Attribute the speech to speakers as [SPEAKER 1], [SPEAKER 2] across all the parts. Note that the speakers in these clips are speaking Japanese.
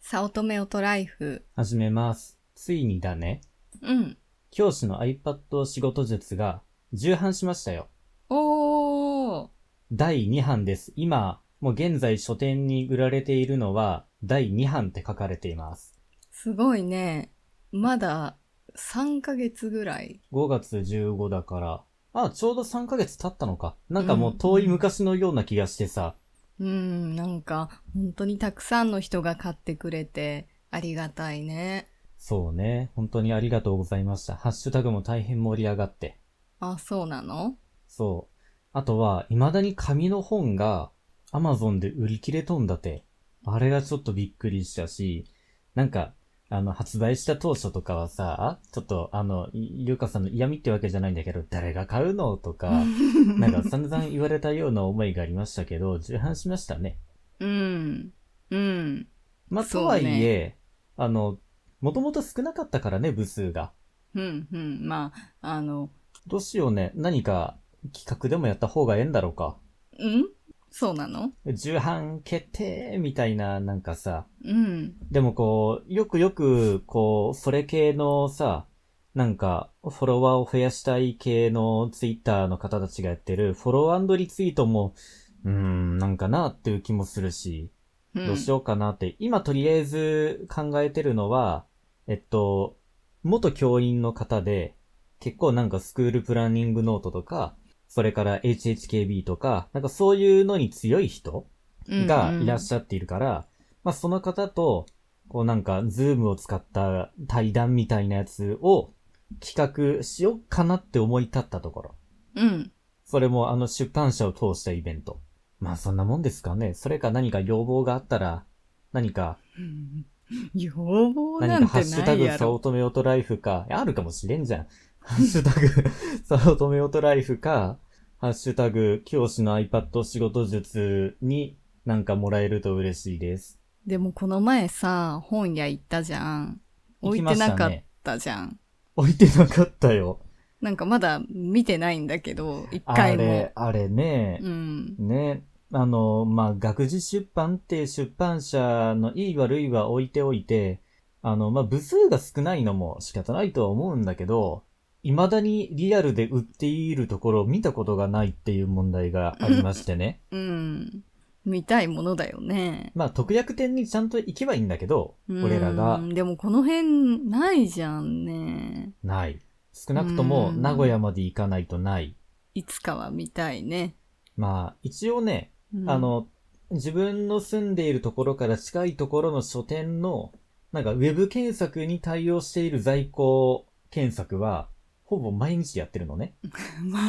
[SPEAKER 1] 早乙女オトライフ。
[SPEAKER 2] 始めます。ついにだね。
[SPEAKER 1] うん。
[SPEAKER 2] 教師の iPad 仕事術が重版しましたよ。
[SPEAKER 1] おー
[SPEAKER 2] 第2版です。今、もう現在書店に売られているのは、第2版って書かれています。
[SPEAKER 1] すごいね。まだ3ヶ月ぐらい。
[SPEAKER 2] 5月15だから、あ、ちょうど3ヶ月経ったのか。なんかもう遠い昔のような気がしてさ、
[SPEAKER 1] うん、なんか本当にたくさんの人が買ってくれてありがたいね。
[SPEAKER 2] そうね。本当にありがとうございました。ハッシュタグも大変盛り上がって。
[SPEAKER 1] あ、そうなの
[SPEAKER 2] そう。あとは、未だに紙の本が Amazon で売り切れとんだって。あれがちょっとびっくりしたし、なんか、あの、発売した当初とかはさ、ちょっと、あの、いゆうかさんの嫌味ってわけじゃないんだけど、誰が買うの とか、なんか散々言われたような思いがありましたけど、重版しましたね。
[SPEAKER 1] うん。うん。
[SPEAKER 2] まあ、
[SPEAKER 1] そ
[SPEAKER 2] と
[SPEAKER 1] う
[SPEAKER 2] は
[SPEAKER 1] ね
[SPEAKER 2] いえ、あの、もともと少なかったからね、部数が。
[SPEAKER 1] うん、うん。まあ、あの、
[SPEAKER 2] どうしようね、何か企画でもやった方がええんだろうか。
[SPEAKER 1] うんそうなの
[SPEAKER 2] 重版決定みたいな、なんかさ、
[SPEAKER 1] うん。
[SPEAKER 2] でもこう、よくよく、こう、それ系のさ、なんか、フォロワーを増やしたい系のツイッターの方たちがやってる、フォローリツイートも、うーん、なんかなっていう気もするし、
[SPEAKER 1] うん、
[SPEAKER 2] どうしようかなって、今とりあえず考えてるのは、えっと、元教員の方で、結構なんかスクールプランニングノートとか、それから HHKB とか、なんかそういうのに強い人がいらっしゃっているから、まあその方と、こうなんか、ズームを使った対談みたいなやつを企画しようかなって思い立ったところ。
[SPEAKER 1] ゃうん。
[SPEAKER 2] それもあの出版社を通したイベント。まあそんなもんですかね。それか何か要望があったら、何か、
[SPEAKER 1] うん。要望な
[SPEAKER 2] 何か
[SPEAKER 1] ん
[SPEAKER 2] ハッ
[SPEAKER 1] て
[SPEAKER 2] シュ
[SPEAKER 1] な
[SPEAKER 2] タ
[SPEAKER 1] い
[SPEAKER 2] グ、
[SPEAKER 1] や
[SPEAKER 2] サ
[SPEAKER 1] ろ。
[SPEAKER 2] オトメオトライフか、あるかもしれんじゃん。ハッシュタグ、 サオトメオトライフか、ハッシュタグ、教師の iPad 仕事術になんかもらえると嬉しいです。
[SPEAKER 1] でもこの前さ、本屋行ったじゃん。
[SPEAKER 2] 行
[SPEAKER 1] 置
[SPEAKER 2] き
[SPEAKER 1] い
[SPEAKER 2] ま
[SPEAKER 1] て
[SPEAKER 2] したね
[SPEAKER 1] なかったじゃん。
[SPEAKER 2] 置いてなかったよ。
[SPEAKER 1] なんかまだ見てないんだけど、一
[SPEAKER 2] あ
[SPEAKER 1] 回も
[SPEAKER 2] れ。、あれね
[SPEAKER 1] う、ん。
[SPEAKER 2] ね、あの、まあ、学術出版っていう出版社のいい悪いは置いておいて、あの、まあ、部数が少ないのも仕方ないとは思うんだけど、未だにリアルで売っているところを見たことがないっていう問題がありましてね。
[SPEAKER 1] うん。見たいものだよね。
[SPEAKER 2] まあ、特約店にちゃんと行けばいいんだけど、
[SPEAKER 1] うん
[SPEAKER 2] 俺らが
[SPEAKER 1] でもこの辺ないじゃんね。
[SPEAKER 2] ない。少なくとも
[SPEAKER 1] うん
[SPEAKER 2] 名古屋まで行かないとない。
[SPEAKER 1] いつかは見たいね。
[SPEAKER 2] まあ、一応ね、
[SPEAKER 1] うん
[SPEAKER 2] あ、の、自分の住んでいるところから近いところの書店の、なんかウェブ検索に対応している在庫検索は、ほぼ毎日やってるのね。
[SPEAKER 1] 前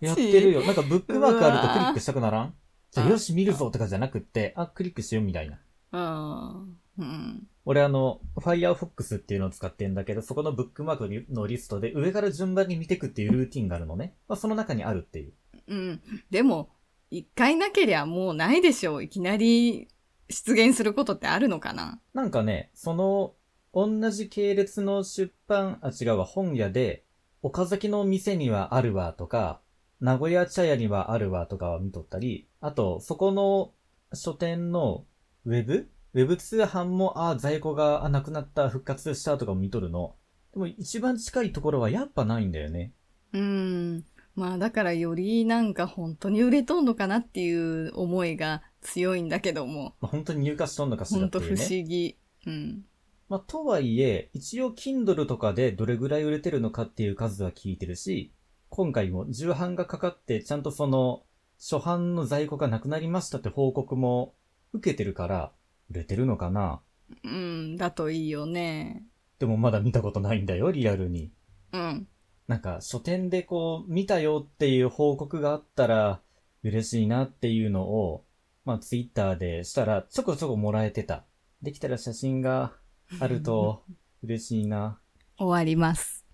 [SPEAKER 2] やってるよ。なんかブックマークあると
[SPEAKER 1] うわ
[SPEAKER 2] ク
[SPEAKER 1] ー
[SPEAKER 2] リックしたくならんじゃあ
[SPEAKER 1] あ
[SPEAKER 2] よし見るぞとかじゃなくって、あ、クリックしようみたいな。
[SPEAKER 1] あーうん。
[SPEAKER 2] 俺あの、Firefox っていうのを使ってんだけど、そこのブックマークのリストで上から順番に見てくっていうルーティンがあるのね。まあその中にあるっていう。
[SPEAKER 1] うん。でも、一回なけりゃもうないでしょう。いきなり出現することってあるのかな
[SPEAKER 2] なんかね、その、同じ系列の出版、あ、違うわ、本屋で、岡崎の店にはあるわとか、名古屋茶屋にはあるわとかは見とったり、あと、そこの書店のウェブウェブ通販も、あ、在庫があなくなった、復活したとかも見とるの。でも一番近いところはやっぱないんだよね。
[SPEAKER 1] うん。まあだからよりなんか本当に売れとんのかなっていう思いが強いんだけども。
[SPEAKER 2] まあ、本当に入荷しとんのかしら
[SPEAKER 1] 本
[SPEAKER 2] って
[SPEAKER 1] 当
[SPEAKER 2] い
[SPEAKER 1] 不
[SPEAKER 2] うね。
[SPEAKER 1] 思議。うん。
[SPEAKER 2] まあ、とはいえ、一応 Kindle とかでどれぐらい売れてるのかっていう数は聞いてるし、今回も重版がかかって、ちゃんとその、初版の在庫がなくなりましたって報告も受けてるから、売れてるのかな
[SPEAKER 1] うん。だといいよね。
[SPEAKER 2] でもまだ見たことないんだよ、リアルに。
[SPEAKER 1] うん。
[SPEAKER 2] なんか、書店でこう、見たよっていう報告があったら、嬉しいなっていうのを、まあ、ツイッターでしたら、ちょこちょこもらえてた。できたら写真があると、嬉しいな。
[SPEAKER 1] 終わります。